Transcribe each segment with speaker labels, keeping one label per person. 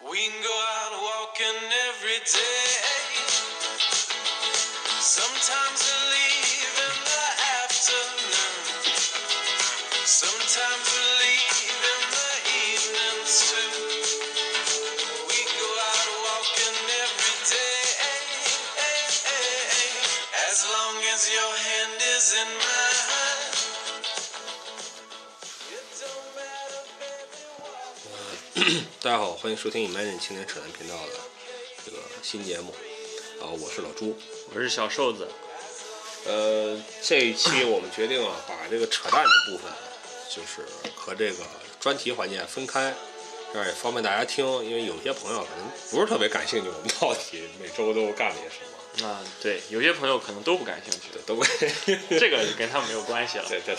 Speaker 1: We can go out walking every day. Sometimes we leave in the afternoon. Sometimes we leave in the evenings too. We go out walking every day. As long as your hand is in mine. It don't matter, baby, what.
Speaker 2: 大家好，欢迎收听 Imagine 青年扯淡频道的这个新节目，啊，我是老朱。
Speaker 3: 我是小瘦子，
Speaker 2: 呃，这一期我们决定啊，把这个扯淡的部分，就是和这个专题环节分开，这样也方便大家听，因为有些朋友可能不是特别感兴趣，我们到底每周都干了些什么，
Speaker 3: 啊，对，有些朋友可能都不感兴趣，
Speaker 2: 对，都 不
Speaker 3: 这个跟他们没有关系了。
Speaker 2: 对对，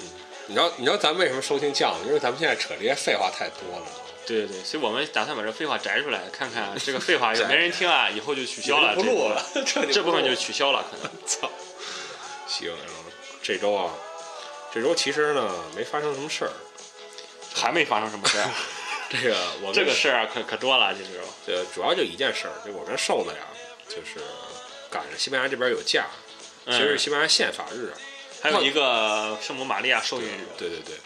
Speaker 2: 嗯，你知道你知道咱们为什么收听降了？因为咱们现在扯这些废话太多了。
Speaker 3: 对对对，所以我们打算把这废话摘出来，看看这个废话
Speaker 2: 摘
Speaker 3: 有没人听啊，以后就取消了。
Speaker 2: 不
Speaker 3: 这
Speaker 2: 录
Speaker 3: 部分
Speaker 2: 了， 这
Speaker 3: 这部分
Speaker 2: 就
Speaker 3: 就取消了， 可能。
Speaker 2: 操！行，然后这周啊，这周其实呢没发生什么事儿。
Speaker 3: 还没发生什么 事儿，
Speaker 2: 这个我们
Speaker 3: 这个事儿啊可可多了，这时候。
Speaker 2: 呃主要就一件事儿，就我跟瘦子呀，就是赶上西班牙这边有假，其实是
Speaker 3: 嗯，
Speaker 2: 西班牙宪法日啊。
Speaker 3: 还有一个圣母玛利亚受孕日，
Speaker 2: 对对对，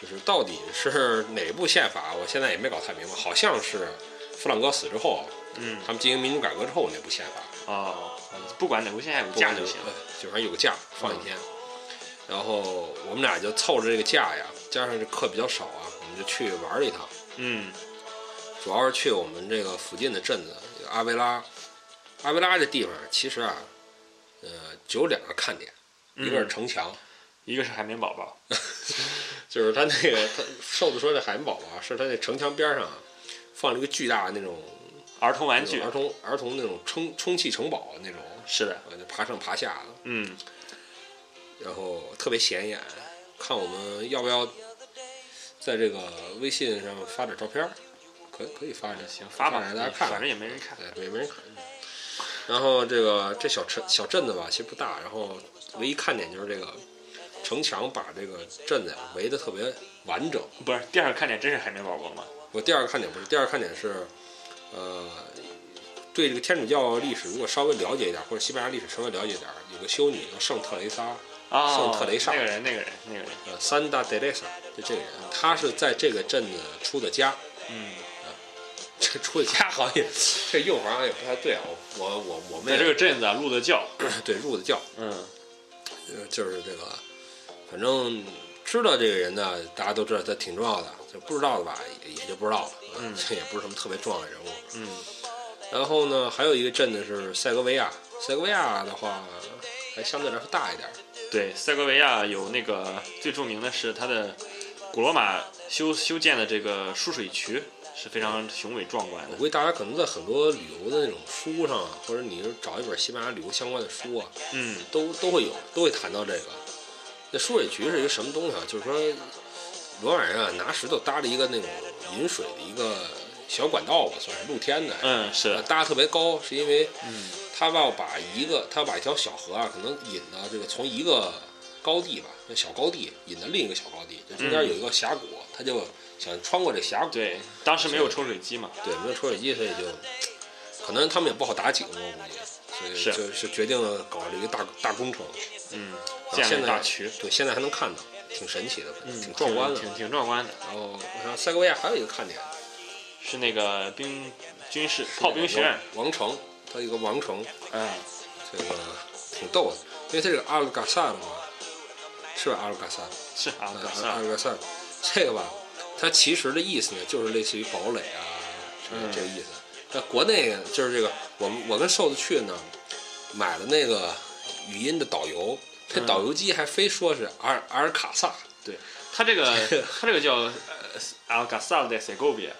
Speaker 2: 就是到底是哪部宪法，我现在也没搞太明白，好像是弗朗哥死之后，啊
Speaker 3: 嗯，
Speaker 2: 他们进行民主改革之后那部宪法。
Speaker 3: 哦，不管哪个现在有
Speaker 2: 不
Speaker 3: 假
Speaker 2: 管
Speaker 3: 就
Speaker 2: 有
Speaker 3: 行。
Speaker 2: 呃就反正有个假放一天。然后我们俩就凑着这个假呀，加上这课比较少啊，我们就去玩了一趟，
Speaker 3: 嗯，
Speaker 2: 主要是去我们这个附近的镇子阿维拉。阿维拉这地方其实啊，呃，只有两个看点，一个是
Speaker 3: 嗯
Speaker 2: 城墙，
Speaker 3: 一个是海绵宝宝，
Speaker 2: 就是他那个他瘦子说的海绵宝宝啊，是他那城墙边上啊放了一个巨大的那种
Speaker 3: 儿童玩
Speaker 2: 那种
Speaker 3: 具
Speaker 2: 儿。童儿童那种充充气城堡啊那种，
Speaker 3: 是的，
Speaker 2: 呃，就爬上爬下的。
Speaker 3: 嗯，
Speaker 2: 然后特别显眼，看我们要不要在这个微信上发点照片儿，可可以发点，
Speaker 3: 行，发吧
Speaker 2: 点，让大家看
Speaker 3: 嗯反
Speaker 2: 看
Speaker 3: 正，也没人看。
Speaker 2: 哎，没没人看。然后这个这小镇小镇子吧，其实不大，然后唯一看点就是这个城墙把这个镇子呀围得特别完整。
Speaker 3: 不是，第二个看点真是海绵宝宝吗？
Speaker 2: 我第二个看点不是，第二个看点是，呃，对这个天主教历史如果稍微了解一点，或者西班牙历史稍微了解一点，有个修女叫圣特雷莎，
Speaker 3: 啊，
Speaker 2: 圣特雷莎
Speaker 3: 那个人，那个人，那个人，
Speaker 2: 呃，Santa Teresa 就这个人，啊他是在这个镇子出的家，啊
Speaker 3: 嗯，
Speaker 2: 这出的家好像也这用法好像也不太对啊。我我我我们
Speaker 3: 在
Speaker 2: 也
Speaker 3: 这个镇子啊，入的教，
Speaker 2: 对入的教，
Speaker 3: 嗯，
Speaker 2: 呃就是这个，反正知道这个人呢，大家都知道他挺重要的，就不知道的吧，也也就不知道了，啊
Speaker 3: 嗯
Speaker 2: 这也不是什么特别重要的人物。
Speaker 3: 嗯，
Speaker 2: 然后呢，还有一个镇子是塞戈维亚，塞戈维亚的话还相对来说大一点，
Speaker 3: 对，塞戈维亚有那个最著名的是它的古罗马修修建的这个输水渠是非常雄伟壮观
Speaker 2: 我
Speaker 3: 的，
Speaker 2: 估计大家可能在很多旅游的那种书上啊，或者你是找一本西班牙旅游相关的书啊，
Speaker 3: 嗯，
Speaker 2: 都都会有，都会谈到这个。那输水渠是一个什么东西啊？就是说，罗马人啊拿石头搭了一个那种引水的一个小管道吧，算是露天的，
Speaker 3: 嗯，是
Speaker 2: 呃
Speaker 3: 的，
Speaker 2: 搭得特别高，是因为
Speaker 3: 嗯，
Speaker 2: 他要把一个他要把一条小河啊，可能引到这个从一个高地吧，那小高地引到另一个小高地，就中间
Speaker 3: 嗯
Speaker 2: 有一个峡谷，他就想穿过这峡谷，
Speaker 3: 对，当时没有抽水机嘛，
Speaker 2: 对，没有抽水机，所以就可能他们也不好打井，我估计，所以
Speaker 3: 是
Speaker 2: 就是决定搞了一个大大工程。
Speaker 3: 嗯，
Speaker 2: 然后
Speaker 3: 建
Speaker 2: 啊现
Speaker 3: 了
Speaker 2: 在
Speaker 3: 大渠，
Speaker 2: 对，现在还能看到，挺神奇的，
Speaker 3: 嗯，
Speaker 2: 挺壮观的。
Speaker 3: 挺挺壮观的，
Speaker 2: 然后我想塞戈维亚还有一个看点，
Speaker 3: 是那个兵军事炮兵学院，
Speaker 2: 王城，它有一个王城，
Speaker 3: 嗯，
Speaker 2: 这个挺逗的，因为它这个阿鲁嘎萨的嘛，是吧？阿鲁嘎萨，
Speaker 3: 是啊，
Speaker 2: 呃
Speaker 3: 对是
Speaker 2: 阿
Speaker 3: 啊
Speaker 2: 鲁嘎萨，这个吧，它其实的意思呢，就是类似于堡垒啊，这个
Speaker 3: 嗯
Speaker 2: 这个意思。那国内就是这个，我们我跟瘦子去呢，买了那个语音的导游，这
Speaker 3: 嗯
Speaker 2: 导游机还非说是阿尔阿尔卡萨啊。
Speaker 3: 对，他这个他这个叫呃阿尔嘎萨尔的塞戈维亚。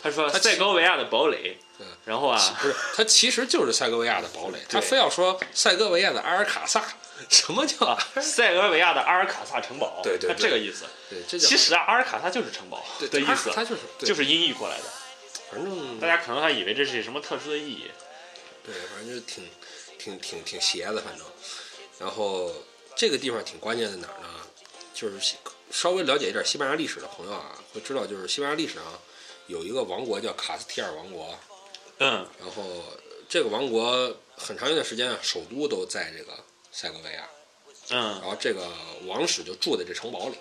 Speaker 3: 他说
Speaker 2: 他其
Speaker 3: 塞戈维亚的堡垒
Speaker 2: 嗯，
Speaker 3: 然后啊，
Speaker 2: 啊不是，它其实就是塞戈维亚的堡垒，他
Speaker 3: 对
Speaker 2: 非要说塞戈维亚的阿尔卡萨，什么叫？
Speaker 3: 啊塞戈维亚的阿尔卡萨城堡，
Speaker 2: 对对
Speaker 3: 他
Speaker 2: 对
Speaker 3: 这个意思。
Speaker 2: 对，这叫
Speaker 3: 其实啊，阿尔卡萨就是城堡
Speaker 2: 对
Speaker 3: 的意思，
Speaker 2: 他就是对
Speaker 3: 就是音译过来的。
Speaker 2: 反正
Speaker 3: 大家可能还以为这是什么特殊的意义，
Speaker 2: 对，反正就是挺挺挺挺邪的，反正。然后这个地方挺关键在哪儿呢？就是西稍微了解一点西班牙历史的朋友啊，会知道，就是西班牙历史上有一个王国叫卡斯提尔王国，
Speaker 3: 嗯，
Speaker 2: 然后这个王国很长一段时间啊，首都都在这个塞戈维亚，然
Speaker 3: 嗯，
Speaker 2: 后这个王室就住在这城堡里，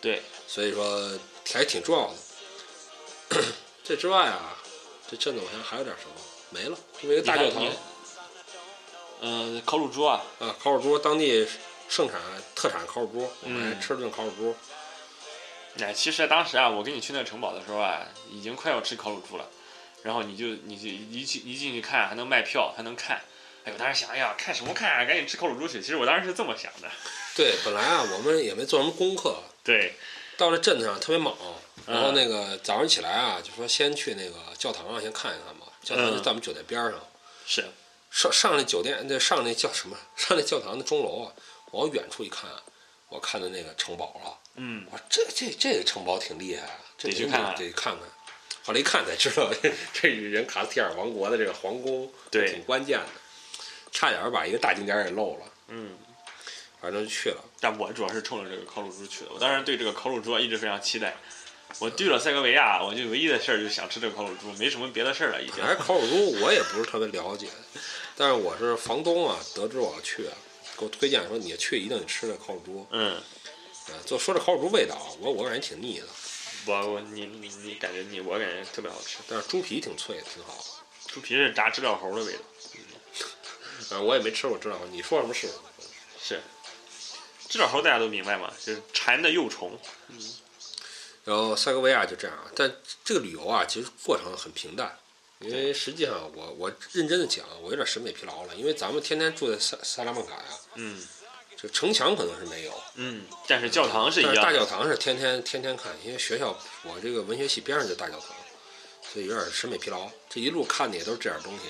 Speaker 3: 对，
Speaker 2: 所以说还挺重要的。 这之外啊，这镇子好像还有点什么没了，因为一个大教堂
Speaker 3: 你看呃，烤乳猪啊，
Speaker 2: 啊，烤乳猪当地盛产特产烤乳猪，我们还
Speaker 3: 嗯
Speaker 2: 吃了顿烤乳猪。
Speaker 3: 哎，其实当时啊，我跟你去那个城堡的时候啊，已经快要吃烤乳猪了，然后你就你就一进一进去看，啊还能卖票，还能看。哎，我当时想，哎呀，看什么看啊？赶紧吃烤乳猪去。其实我当时是这么想的。
Speaker 2: 对，本来啊我们也没做什么功课，
Speaker 3: 对，
Speaker 2: 到了镇子上特别猛，
Speaker 3: 嗯
Speaker 2: 然后那个早上起来啊，就说先去那个教堂啊，先看一看吧。教堂就
Speaker 3: 嗯
Speaker 2: 在我们酒店边上，
Speaker 3: 是，
Speaker 2: 上上那酒店，那上那叫什么？上那教堂的钟楼啊，往远处一看，我看到那个城堡了。
Speaker 3: 嗯，
Speaker 2: 我说这这这个城堡挺厉害啊，这
Speaker 3: 得去
Speaker 2: 人
Speaker 3: 看看
Speaker 2: 得看看。后来一看才知道，这这与人卡斯提尔王国的这个皇宫
Speaker 3: 对
Speaker 2: 挺关键的，差点儿把一个大景点儿给漏了。
Speaker 3: 嗯，
Speaker 2: 反正就去了，
Speaker 3: 但我主要是冲着这个烤乳猪去的。我当然对这个烤乳猪啊一直非常期待。我去了塞戈维亚，我就唯一的事儿就是想吃这个烤乳猪，没什么别的事儿了，已经
Speaker 2: 本。来烤乳猪我也不是特别了解，但是我是房东啊，得知我要去啊，给我推荐说你去一定得吃这烤乳猪。
Speaker 3: 嗯，
Speaker 2: 呃，就说这烤乳猪味道啊，我我感觉挺腻的，
Speaker 3: 我我你你你感觉你我感觉特别好吃，
Speaker 2: 但是猪皮挺脆的，挺好。
Speaker 3: 猪皮是炸知了猴的味道。
Speaker 2: 啊，我也没吃过知了，你说什么是什么？
Speaker 3: 是，知了猴大家都明白嘛，就是馋的幼虫。
Speaker 2: 然后塞戈维亚就这样，啊但这个旅游啊，其实过程很平淡，因为实际上我我认真的讲，我有点审美疲劳了，因为咱们天天住在塞塞拉曼卡呀、
Speaker 3: 嗯
Speaker 2: 这城墙可能是没有，
Speaker 3: 嗯，但是教堂是一
Speaker 2: 但是大
Speaker 3: 样的。
Speaker 2: 教堂是天天天天看，因为学校我这个文学系边上就大教堂，所以有点审美疲劳。这一路看的也都是这点东西，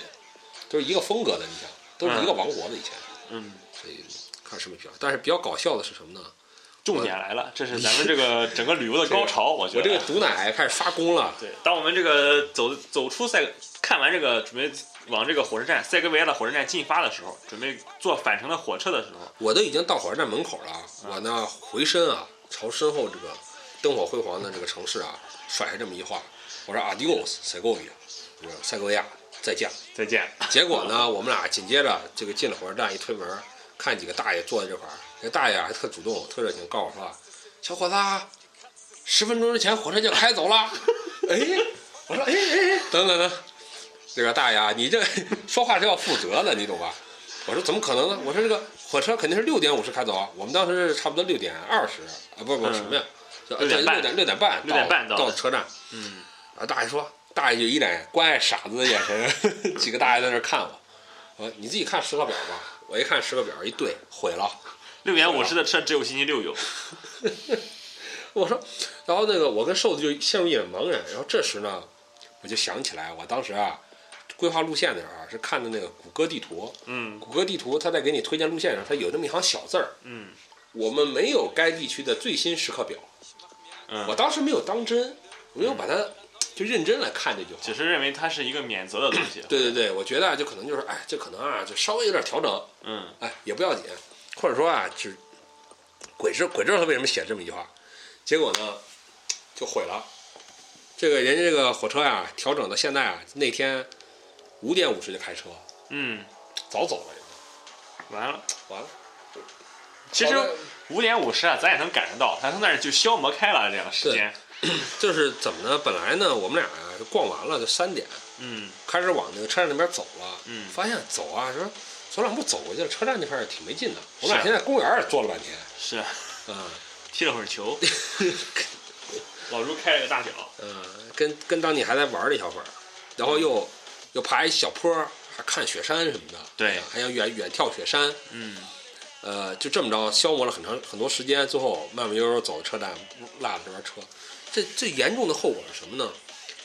Speaker 2: 都是一个风格的，你想，都是一个王国的以前，
Speaker 3: 嗯，
Speaker 2: 所以看审美疲劳。但是比较搞笑的是什么呢？
Speaker 3: 重点来了，这是咱们这个整个旅游的高潮，我觉
Speaker 2: 我这
Speaker 3: 得
Speaker 2: 个。毒奶开始发功了，
Speaker 3: 对，当我们这个走走出塞，看完这个准备往这个火车站塞戈维亚的火车站进发的时候，准备坐返程的火车的时候，
Speaker 2: 我都已经到火车站门口了啊，我呢回身啊，朝身后这个灯火辉煌的这个城市啊，甩下这么一话，我说 adios 塞戈维亚，我说塞戈维亚再见。
Speaker 3: 再见。
Speaker 2: 结果呢，我们俩紧接着这个进了火车站，一推门，看几个大爷坐在这块儿，这大爷啊还特主动，特热情，告诉我说：“小伙子，啊十分钟之前火车就开走了。”哎，我说：“哎哎哎，等等等，这个大爷啊，你这说话是要负责的，你懂吧？”我说：“怎么可能呢？我说这个火车肯定是六点五十开走啊，我们当时是差不多六点二十啊，不不
Speaker 3: 嗯
Speaker 2: 什么呀，就
Speaker 3: 6点半
Speaker 2: 六点六点半
Speaker 3: 6点半到
Speaker 2: 到
Speaker 3: 的
Speaker 2: 车站。”
Speaker 3: 嗯，
Speaker 2: 啊，大爷说，大爷就一脸关爱傻子的眼 神，几个大爷在那儿看我，我说你自己看时刻表吧。我一看时刻表，一对，毁了。
Speaker 3: 六点五十的车只有星期六有。
Speaker 2: 我说，然后那个我跟瘦子就陷入一脸茫然。然后这时呢，我就想起来，我当时啊，规划路线的时候啊，是看的那个谷歌地图。
Speaker 3: 嗯
Speaker 2: 谷歌地图它在给你推荐路线上，它有那么一行小字儿，
Speaker 3: 嗯
Speaker 2: 我们没有该地区的最新时刻表。我
Speaker 3: 嗯，
Speaker 2: 当时没有当真，我没有把它就认真来看这句话。
Speaker 3: 只是认为它是一个免责的东西。
Speaker 2: 对对对，我觉得啊，就可能就是，哎，这可能啊，就稍微有点调整，
Speaker 3: 嗯
Speaker 2: 哎，也不要紧，或者说啊，只鬼知鬼知道他为什么写这么一句话，结果呢就毁了。这个人家这个火车呀、调整到现在啊，那天五点五十就开车，
Speaker 3: 嗯，
Speaker 2: 早走了人
Speaker 3: 完了。
Speaker 2: 家，完了。
Speaker 3: 其实五点五十啊，咱也能感觉到，他从那儿就消磨开了这样的时间。
Speaker 2: 就是怎么呢？本来呢，我们俩啊就逛完了，就三点
Speaker 3: 嗯
Speaker 2: 开始往那个车站那边走了，
Speaker 3: 嗯
Speaker 2: 发现走啊，说走两步走过去了，车站那片儿也挺没劲的。我们俩
Speaker 3: 是
Speaker 2: 现
Speaker 3: 啊
Speaker 2: 在公园儿也坐了半天，，
Speaker 3: 是啊
Speaker 2: 嗯。
Speaker 3: 踢了会儿球。老朱开了个大脚，
Speaker 2: 嗯，跟跟当地还在玩儿了一小会儿，然后又、又爬一小坡儿，还看雪山什么的，啊
Speaker 3: 对
Speaker 2: 还要远远眺雪山，
Speaker 3: 嗯，
Speaker 2: 呃，就这么着消磨了很长很多时间，最后慢慢悠悠走到车站，落了这边车。这最严重的后果是什么呢？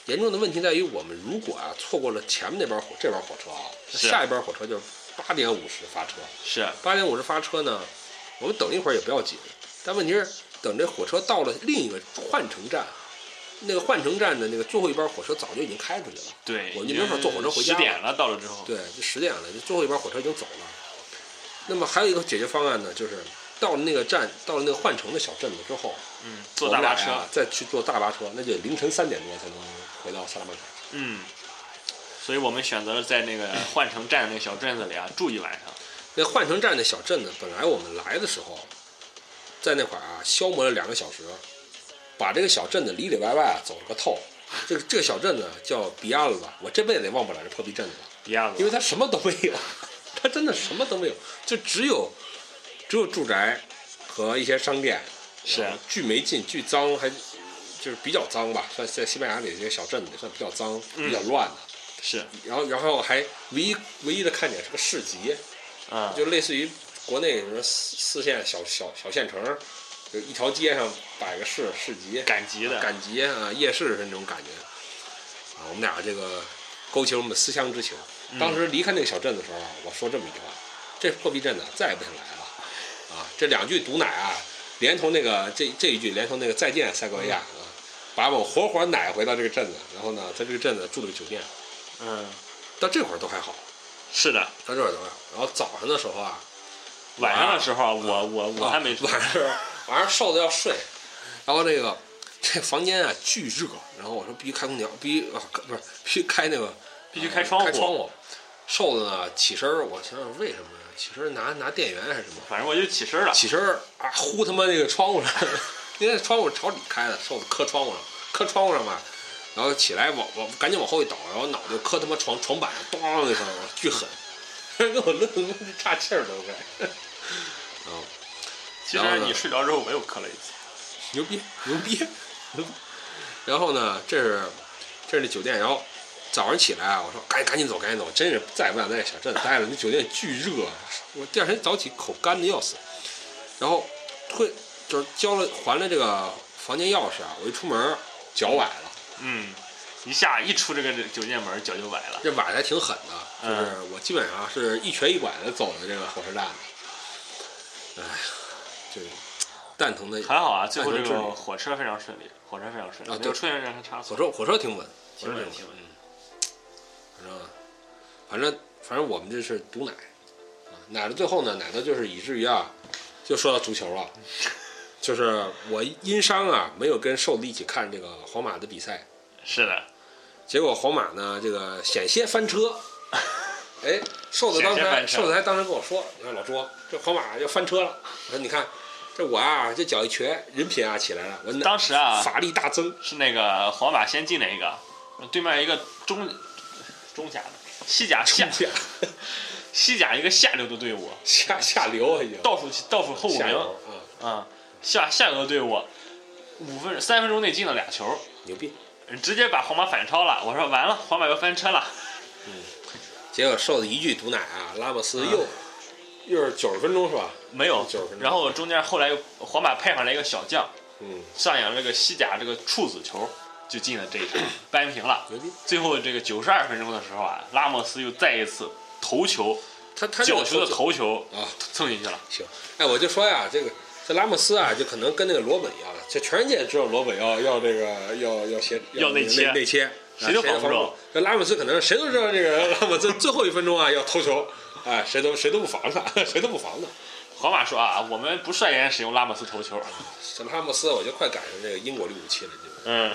Speaker 2: 严重的问题在于，我们如果啊错过了前面那班火这班火车啊，
Speaker 3: 是
Speaker 2: 下一班火车就是八点五十发车，
Speaker 3: 是啊
Speaker 2: 八点五十发车呢，我们等一会儿也不要紧，但问题是等这火车到了另一个换乘站，那个换乘站的那个最后一班火车早就已经开出去了，
Speaker 3: 对，
Speaker 2: 我就没法坐火车回家
Speaker 3: 十点了，到了之后，
Speaker 2: 对，就十点了，就最后一班火车已经走了。那么还有一个解决方案呢，就是到了那个站，到了那个换乘的小镇子之后，
Speaker 3: 嗯，
Speaker 2: 我
Speaker 3: 坐大
Speaker 2: 们俩
Speaker 3: 巴车，
Speaker 2: 呀再去坐大巴车，那就凌晨三点多才能回到萨拉曼卡。
Speaker 3: 嗯，所以我们选择了在 那个换乘站的那个小镇子里啊住一晚上。
Speaker 2: 那换乘站那小镇呢，本来我们来的时候，在那块儿啊消磨了两个小时，把这个小镇子里里外外啊走了个透。这个这个小镇呢叫比亚子，我这辈子也忘不了这破逼镇子了。
Speaker 3: 迪亚
Speaker 2: 因
Speaker 3: 子，
Speaker 2: 为它什么都没有， 它真的什么都没有，就只有只有住宅和一些商店，
Speaker 3: 是啊
Speaker 2: 然后巨没劲、巨脏，还就是比较脏吧，算在西班牙里这些小镇里算比较脏、
Speaker 3: 嗯
Speaker 2: 比较乱的。
Speaker 3: 是，啊
Speaker 2: 然后然后还唯一唯一的看点是个市集，
Speaker 3: 嗯，
Speaker 2: 就类似于国内什么四四线小小小县城，就一条街上摆个市市集，
Speaker 3: 赶集的，
Speaker 2: 赶集啊，夜市是那种感觉。啊，我们俩这个勾起了我们思乡之情。当时离开那个小镇的时候啊，我说这么一句话：这破逼镇子再也不想来了。啊，这两句毒奶啊，连同那个这这一句，连同那个再见塞戈维亚啊，把我活活奶回到这个镇子。然后呢，在这个镇子住了个酒店，
Speaker 3: 嗯，
Speaker 2: 到这会儿都还好，
Speaker 3: 是的。
Speaker 2: 到这会儿都还好。然后早上的时候啊，
Speaker 3: 晚上的时候啊，我我我还没
Speaker 2: 啊晚上晚上瘦子要睡，然后这个这房间啊巨热，然后我说必须开空调，必须啊不是必须开那个
Speaker 3: 必须开窗户
Speaker 2: 开窗户。瘦子呢起身儿，我想想为什么呀？起身儿拿拿电源还是什么？
Speaker 3: 反正我就起身了。
Speaker 2: 起身儿啊呼他妈那个窗户上，因为窗户朝里开的，瘦子磕窗户上，磕窗户上嘛。然后起来往往赶紧往后一倒，然后脑袋磕他妈床床板上，咣一声，巨狠，给我乐的差气儿都快。然后
Speaker 3: 其
Speaker 2: 然后
Speaker 3: 实
Speaker 2: 呢
Speaker 3: 你睡着之后，我又磕了一次。
Speaker 2: 牛逼， 牛逼。然后呢，这是这是那酒店，然后早上起来啊，我说赶紧赶紧走，赶紧走，真是再也不想在小镇待了，那酒店巨热，我第二天早起口干的要死。然后退就是交了还了这个房间钥匙啊，我一出门脚崴了，
Speaker 3: 嗯，一下一出这个酒店门，脚就崴了。
Speaker 2: 这崴的还挺狠的，就是我基本上是一瘸一拐的走的这个火车站的，哎呀，这个蛋疼的。
Speaker 3: 还好啊，最后这
Speaker 2: 那就
Speaker 3: 个
Speaker 2: 顺利
Speaker 3: 火车非常顺利，火车非常顺
Speaker 2: 啊
Speaker 3: 利，没
Speaker 2: 对啊
Speaker 3: 有出现任何差
Speaker 2: 火。
Speaker 3: 错
Speaker 2: 车火车挺稳，火车
Speaker 3: 挺稳
Speaker 2: 挺稳。嗯反正反正我们这是毒奶，啊奶到最后呢，奶到就是以至于啊，就说到足球了， 就是我因伤啊没有跟瘦子一起看这个皇马的比赛，
Speaker 3: 是的，
Speaker 2: 结果皇马呢这个险些翻车。哎，瘦子
Speaker 3: 险
Speaker 2: 当
Speaker 3: 些
Speaker 2: 时还
Speaker 3: 翻车
Speaker 2: 瘦子还当时跟我说，你看老朱，这皇马要翻车了。我说你看，这我啊这脚一瘸，人品啊起来了，我奶
Speaker 3: 当时啊
Speaker 2: 法力大增。
Speaker 3: 是那个皇马先进了一个，对面一个中中甲的西甲下
Speaker 2: 下下
Speaker 3: 西甲一个下流的队伍，
Speaker 2: 下下流啊已经。
Speaker 3: 倒数倒数后五
Speaker 2: 下
Speaker 3: 名
Speaker 2: 游啊，
Speaker 3: 啊，下下游的队伍，五分三分钟内进了俩球，
Speaker 2: 牛逼！
Speaker 3: 直接把皇马反超了。我说完了，皇马要翻车了。
Speaker 2: 结果受了一句毒奶啊，拉莫斯又、又是九十分钟是吧？
Speaker 3: 没有
Speaker 2: 90分钟，
Speaker 3: 然后中间后来又皇马派上来一个小将，
Speaker 2: 嗯，
Speaker 3: 上演了这个西甲这个处子球，就进了这一场，扳平了。
Speaker 2: 牛逼！
Speaker 3: 最后这个九十二分钟的时候啊，拉莫斯又再一次头球，
Speaker 2: 他他这
Speaker 3: 角
Speaker 2: 个
Speaker 3: 球的头球
Speaker 2: 啊，
Speaker 3: 蹭进去了。
Speaker 2: 行，哎，我就说呀，这个这拉莫斯啊，就可能跟那个罗本一样，这全世界知道罗本要要这个要要斜
Speaker 3: 要内切
Speaker 2: 内切，
Speaker 3: 谁都
Speaker 2: 啊
Speaker 3: 防不住。
Speaker 2: 这拉莫斯可能谁都知道这个拉莫斯最后一分钟啊要投球，哎，谁都谁都不防他， 谁都不防他。
Speaker 3: 皇马说啊，我们不率先使用拉莫斯头球。
Speaker 2: 这拉莫斯我就快赶上这个英国利物浦了，你们
Speaker 3: 嗯，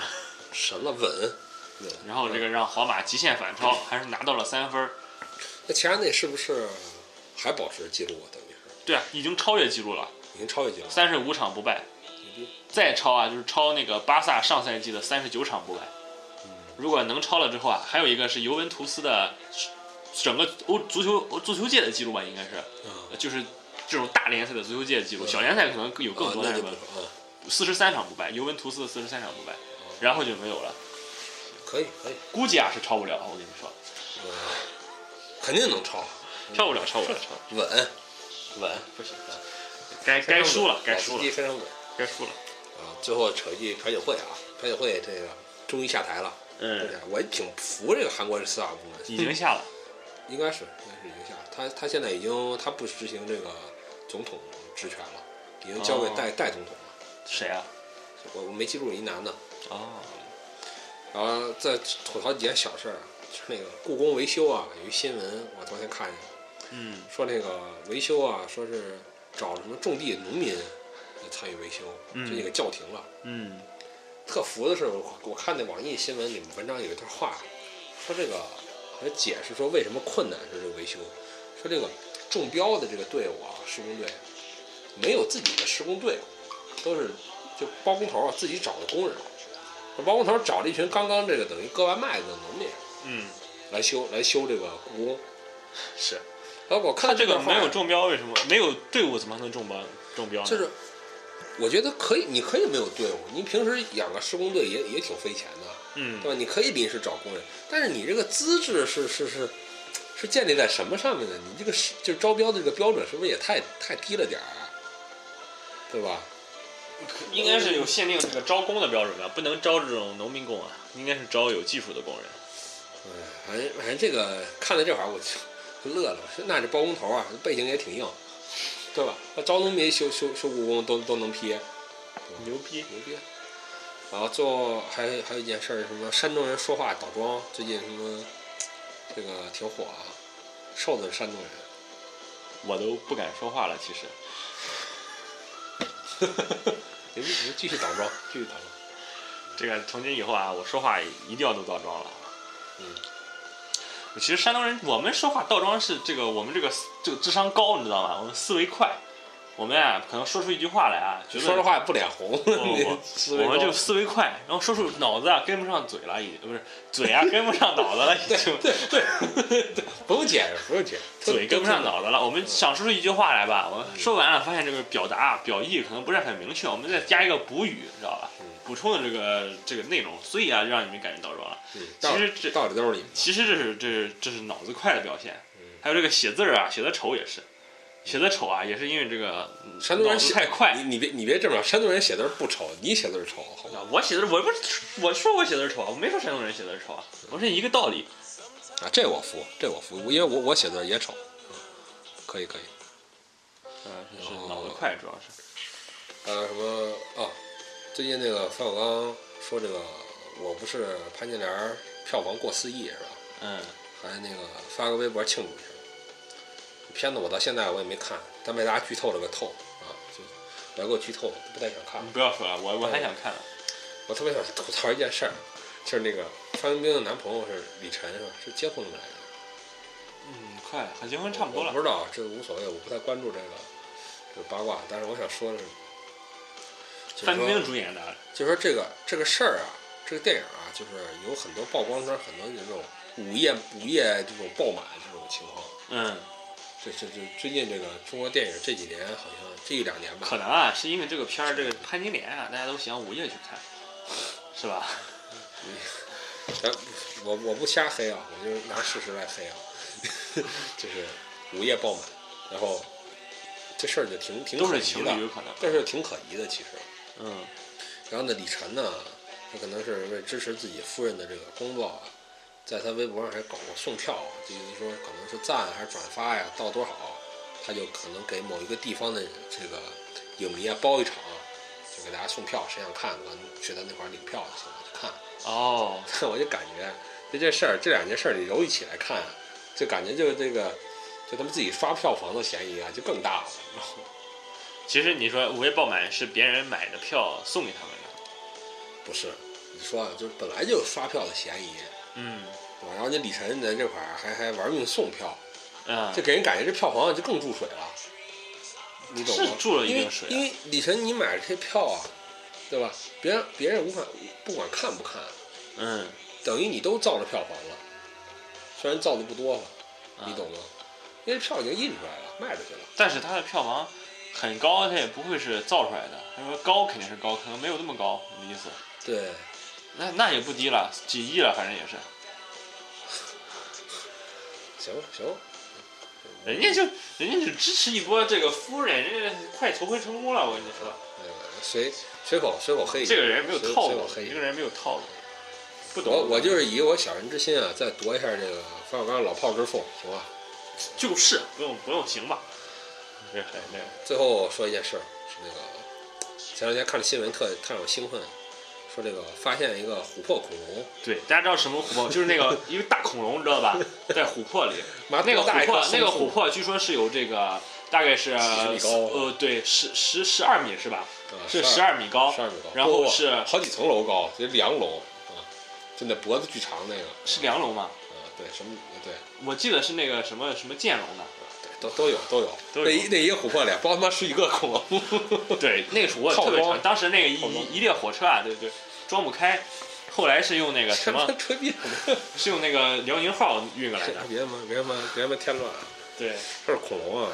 Speaker 2: 神了稳。稳
Speaker 3: 然后这个让皇马极限反超，还是拿到了三分。
Speaker 2: 那齐达内是不是还保持记录啊？等于是
Speaker 3: 对啊，已经超越纪录了，
Speaker 2: 已经超越记录了。
Speaker 3: 三十五场不败
Speaker 2: 逼，
Speaker 3: 再超啊，就是超那个巴萨上赛季的三十九场不败。
Speaker 2: 嗯
Speaker 3: 如果能超了之后啊，还有一个是尤文图斯的整个欧足球欧足球界的记录吧，应该是，
Speaker 2: 啊
Speaker 3: 就是这种大联赛的足球界的记录，小联赛可能有更
Speaker 2: 啊，
Speaker 3: 多
Speaker 2: 嗯那
Speaker 3: 的
Speaker 2: 就
Speaker 3: 什
Speaker 2: 不啊，
Speaker 3: 么四十三场不败，尤文图斯的四十三场不败，
Speaker 2: 嗯
Speaker 3: 然后就没有了，
Speaker 2: 可以可以，
Speaker 3: 估计啊是超不了，我跟你说，
Speaker 2: 肯定能超，啊
Speaker 3: 超不了，超不了，超不了
Speaker 2: 稳稳，
Speaker 3: 不行，该该输了，该输
Speaker 2: 老司机
Speaker 3: 了，
Speaker 2: 非常稳
Speaker 3: 该输了，
Speaker 2: 啊！最后扯一句朴槿惠啊，朴槿惠这个终于下台了，对
Speaker 3: 嗯，
Speaker 2: 呀，我也挺服这个韩国这司法部门，
Speaker 3: 已经下了，
Speaker 2: 应该是应该是已经下了，他他现在已经他不执行这个总统职权了，已经交给
Speaker 3: 哦
Speaker 2: 代代总统了，
Speaker 3: 谁啊？
Speaker 2: 我我没记住一男的，
Speaker 3: 哦，
Speaker 2: 然后再吐槽几件小事儿啊，就是那个故宫维修啊，有一新闻我昨天看见了。
Speaker 3: 嗯，
Speaker 2: 说那个维修啊，说是找什么种地农民参与维修，
Speaker 3: 嗯
Speaker 2: 就那个叫停了。
Speaker 3: 嗯
Speaker 2: 特服的是，我我看那网易新闻里面文章有一段话，说这个和解释说为什么困难是这个维修，说这个中标的这个队伍啊，施工队没有自己的施工队伍，都是就包工头啊自己找的工人，那包工头找了一群刚刚这个等于割完麦子的农民
Speaker 3: 嗯，
Speaker 2: 来修来修这个故宫，
Speaker 3: 是
Speaker 2: 然后我看
Speaker 3: 这个
Speaker 2: 段话
Speaker 3: 没有中标，为什么没有队伍怎么还能中标中标呢？
Speaker 2: 就是我觉得可以，你可以没有队伍，你平时养个施工队也也挺费钱的。
Speaker 3: 嗯
Speaker 2: 对吧？你可以临时找工人，但是你这个资质是是是是建立在什么上面呢？你这个是就是招标的这个标准是不是也太太低了点儿啊？对吧？
Speaker 3: 应该是有限定这个招工的标准吧，不能招这种农民工啊，应该是招有技术的工人。
Speaker 2: 哎，反正反正这个看到这会儿我就就乐了，我说那这包工头啊，背景也挺硬，对吧？那招农民修修修故宫都都能批，
Speaker 3: 牛逼！
Speaker 2: 牛逼。然后最后还有还有一件事儿，什么山东人说话倒装，最近什么这个挺火啊，瘦子是山东人。
Speaker 3: 我都不敢说话了，其实。
Speaker 2: 你们你们继续倒装，继续倒装。
Speaker 3: 这个从今以后啊，我说话一定要都倒装了。
Speaker 2: 嗯，
Speaker 3: 其实山东人我们说话倒装是这个我们这个这个智商高，你知道吗？我们思维快，我们啊可能说出一句话来啊，觉得
Speaker 2: 说实话也不脸红，
Speaker 3: 不
Speaker 2: 思维
Speaker 3: 我们
Speaker 2: 高
Speaker 3: 就思维快，然后说出脑子啊跟不上嘴了，已经不是嘴啊跟不上脑子了，已经
Speaker 2: 对对，对不用解释，不用解释，
Speaker 3: 嘴跟不上脑子了。我们想说出一句话来
Speaker 2: 嗯
Speaker 3: 吧，我们说完了发现这个表达表意可能不是很明确，我们再加一个补语，你知道吧
Speaker 2: 嗯？
Speaker 3: 补充的这个这个内容，所以啊就让你们感觉倒装了。
Speaker 2: 嗯。
Speaker 3: 其实这
Speaker 2: 道理都是你们的，
Speaker 3: 其实这是这是这是脑子快的表现
Speaker 2: 嗯，
Speaker 3: 还有这个写字儿啊，写的丑也是，写的丑啊也是因为这个嗯
Speaker 2: 山东人
Speaker 3: 脑子
Speaker 2: 写
Speaker 3: 太快。
Speaker 2: 你你别你别这么着，山东人写字儿不丑，你写字儿丑，好吧？
Speaker 3: 啊我写的我不是我说我写的丑啊，我没说山东人写的丑啊，我是一个道理。
Speaker 2: 啊，这我服，这我服，因为我我写字儿也丑，嗯可以可以。
Speaker 3: 嗯，是脑子快主要是。
Speaker 2: 还有什么啊？最近那个冯小刚说这个我不是潘金莲儿票房过四亿是吧？
Speaker 3: 嗯，
Speaker 2: 还那个发个微博庆祝一下。片子我到现在我也没看，但被大家剧透了个透啊，就来给我剧透，不太想看
Speaker 3: 你。不要说了，我我还想看呢。
Speaker 2: 我特别想吐槽一件事儿，就是那个范冰冰的男朋友是李晨是吧？是结婚了没来着？
Speaker 3: 嗯，快，和结婚差不多
Speaker 2: 我
Speaker 3: 了
Speaker 2: 不。知道，这无所谓，我不太关注这个这个八卦。但是我想说的是，就是
Speaker 3: 范冰
Speaker 2: 说，
Speaker 3: 冰主演的，
Speaker 2: 就是说这个这个事儿啊，这个电影啊，就是有很多曝光出来很多那种午夜午夜这种爆满这种情况。
Speaker 3: 嗯，
Speaker 2: 这这这最近这个中国电影这几年好像这一两年吧，
Speaker 3: 可能啊，是因为这个片儿这个潘金莲啊，大家都想午夜去看，是吧？
Speaker 2: 咱我我不瞎黑啊，我就拿事实来黑啊， 就是午夜爆满，然后这事儿就挺挺
Speaker 3: 都
Speaker 2: 可
Speaker 3: 是
Speaker 2: 疑
Speaker 3: 情侣
Speaker 2: 的，
Speaker 3: 有可能。
Speaker 2: 但是挺可疑的其实。
Speaker 3: 嗯
Speaker 2: 然后呢，李晨呢，他可能是为支持自己夫人的这个工作啊，在他微博上还搞过送票，啊就意思说可能是赞还是转发呀，到多少，他就可能给某一个地方的这个影迷啊包一场，就给大家送票，谁想看，可能去他那块儿领票就行了，就看。
Speaker 3: 哦，
Speaker 2: 我就感觉这件事儿，这两件事儿你揉一起来看啊，就感觉就这个，就他们自己刷票房的嫌疑啊，就更大了。
Speaker 3: 其实你说午夜爆满是别人买的票送给他们的。
Speaker 2: 不是，你说啊，就是本来就有刷票的嫌疑，
Speaker 3: 嗯
Speaker 2: 对吧然后你李晨在这块儿还还玩命送票，
Speaker 3: 嗯
Speaker 2: 就，给人感觉这票房就更注水了，你懂吗？
Speaker 3: 是注了一定水啊
Speaker 2: 因为因为李晨你买这些票啊，对吧？别人别人无法不管看不看，
Speaker 3: 嗯，
Speaker 2: 等于你都造了票房了，虽然造的不多吧，
Speaker 3: 啊
Speaker 2: 你懂吗？因为票已经印出来了，卖出去了。
Speaker 3: 但是它的票房很高，它也不会是造出来的。他说高肯定是高，可能没有那么高，你的意思？
Speaker 2: 对，
Speaker 3: 那那也不低了，几亿了，反正也是。
Speaker 2: 行行，
Speaker 3: 人家就人家就支持一波这个夫人，人家快求婚成功了，我跟你说，
Speaker 2: 呃，随随口随口黑一
Speaker 3: 这
Speaker 2: 句。
Speaker 3: 个人没有
Speaker 2: 随
Speaker 3: 套
Speaker 2: 随
Speaker 3: 路
Speaker 2: 口，黑一
Speaker 3: 这
Speaker 2: 句
Speaker 3: 个人没有套路，不懂。
Speaker 2: 我我就是以我小人之心啊，再夺一下这个冯小刚老炮之风，行吧？
Speaker 3: 就是不用不用行吧。这很那个，
Speaker 2: 最后说一件事儿，是那个前两天看了新闻特，特让我兴奋，说这个发现一个琥珀恐龙，
Speaker 3: 对，大家知道什么琥珀？就是 那个一个大恐龙，你知道吧？在琥珀里，
Speaker 2: 妈
Speaker 3: 那个
Speaker 2: 多大
Speaker 3: 琥
Speaker 2: 一棵
Speaker 3: 珀，那个
Speaker 2: 松树
Speaker 3: 琥珀据说是有这个大概是
Speaker 2: 几十米高
Speaker 3: 呃对十十十二米是吧？
Speaker 2: 啊
Speaker 3: 是
Speaker 2: 十
Speaker 3: 十二米高，
Speaker 2: 十二米高，
Speaker 3: 然后
Speaker 2: 哇
Speaker 3: 是
Speaker 2: 好几层楼高，这梁楼啊，就那脖子巨长那个，
Speaker 3: 是梁龙吗？
Speaker 2: 啊，对，什么对，
Speaker 3: 我记得是那个什么什么剑龙的。
Speaker 2: 对都都有都有，
Speaker 3: 都有
Speaker 2: 那一那一个琥珀脸包他妈十几个恐龙，
Speaker 3: 对，那个是我
Speaker 2: 套
Speaker 3: 特别
Speaker 2: 装
Speaker 3: 长，当时那个一
Speaker 2: 套装
Speaker 3: 一一列火车啊，对对，装不开。后来是用那个什么， 哎
Speaker 2: 吹 逼
Speaker 3: 是用那个辽宁号运过 来的。
Speaker 2: 别他妈别他妈别他妈添乱啊！
Speaker 3: 对，
Speaker 2: 这是恐龙啊，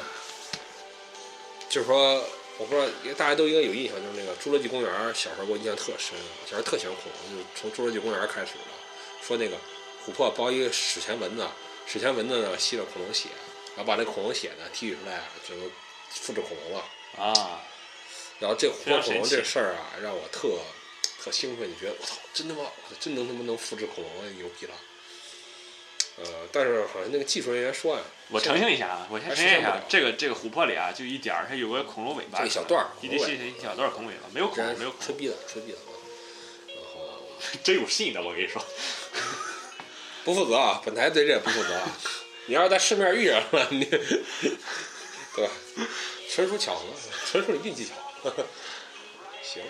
Speaker 2: 就是说，我不知道大家都应该有印象，就是那个《侏罗纪公园》，小时候给我印象特深，小时候特喜欢恐龙，就是从《侏罗纪公园》开始的。说那个琥珀包一个史前蚊子，史前蚊子呢吸了恐龙血，然后把那恐龙血呢提取出来，就是复制恐龙了。
Speaker 3: 啊，
Speaker 2: 然后这琥
Speaker 3: 非
Speaker 2: 珀
Speaker 3: 常
Speaker 2: 恐龙
Speaker 3: 神奇
Speaker 2: 这事儿啊，让我特特兴奋，就觉得我操，真他妈，我真能他妈能复制恐龙，牛逼了。呃，但是好像那个技术人员说呀、
Speaker 3: 我澄清一下啊，我先
Speaker 2: 还
Speaker 3: 澄清一
Speaker 2: 实现不
Speaker 3: 下
Speaker 2: 了，
Speaker 3: 这个这个琥珀里啊，就一点儿，它有个恐龙尾巴，
Speaker 2: 这一小段儿
Speaker 3: 一点
Speaker 2: 恐
Speaker 3: 是
Speaker 2: 龙尾
Speaker 3: 一小段儿恐龙尾巴，没有恐龙，没有恐
Speaker 2: 吹
Speaker 3: 龙，
Speaker 2: 逼的，吹逼的啊。然后
Speaker 3: 真有信的，我跟你说。
Speaker 2: 不负责啊，本台对这也不负责啊。你要是在市面遇上了，你对吧？纯属巧合，纯属运气巧合。 行，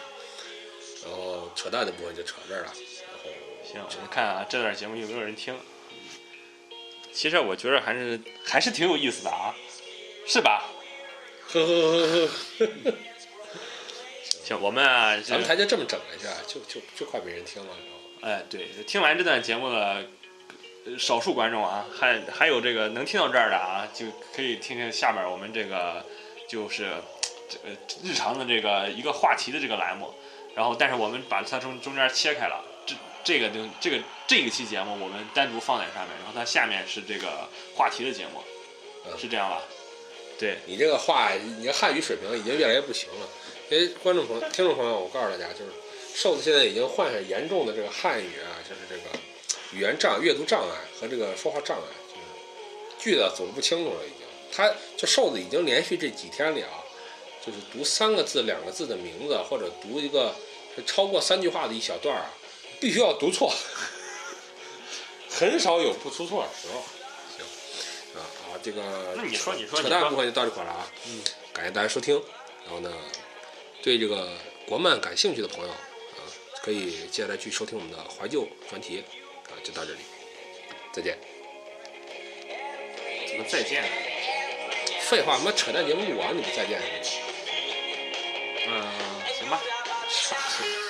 Speaker 2: 然后扯淡的部分就扯这儿了。然后
Speaker 3: 行，我们看啊，这段节目有没有人听？其实我觉得还是还是挺有意思的啊，是吧？
Speaker 2: 呵呵呵呵，
Speaker 3: 行，我们啊，
Speaker 2: 咱
Speaker 3: 这
Speaker 2: 们台就这么整了一下，就就就快没人听了，你知道吗？
Speaker 3: 哎，对，听完这段节目的呃少数观众啊，还还有这个能听到这儿的啊，就可以听听下面我们这个就是呃这个日常的这个一个话题的这个栏目，然后但是我们把它从中间切开了，这这个就这个这一期节目我们单独放在上面，然后它下面是这个话题的节目，
Speaker 2: 嗯
Speaker 3: 是这样吧？对，
Speaker 2: 你这个话，你这汉语水平已经越来越不行了。因为观众朋友、听众朋友，我告诉大家，就是瘦子现在已经患上严重的这个汉语啊，就是这个语言障、阅读障碍和这个说话障碍，就是句子组织不清楚了，已经。他就瘦子已经连续这几天里啊，就是读三个字、两个字的名字，或者读一个是超过三句话的一小段儿啊，必须要读错， 很少有不出错的时候。行，啊啊，这个
Speaker 3: 那你说你说
Speaker 2: 扯
Speaker 3: 你
Speaker 2: 淡
Speaker 3: 说
Speaker 2: 部分就到这块儿了啊。
Speaker 3: 嗯，
Speaker 2: 感谢大家收听。然后呢，对这个国漫感兴趣的朋友啊，可以接下来去收听我们的怀旧专题啊，就到这里，再见。
Speaker 3: 怎么再见？
Speaker 2: 废话，妈扯淡节目录完你不再见？
Speaker 3: 嗯，行吧。
Speaker 2: 傻逼。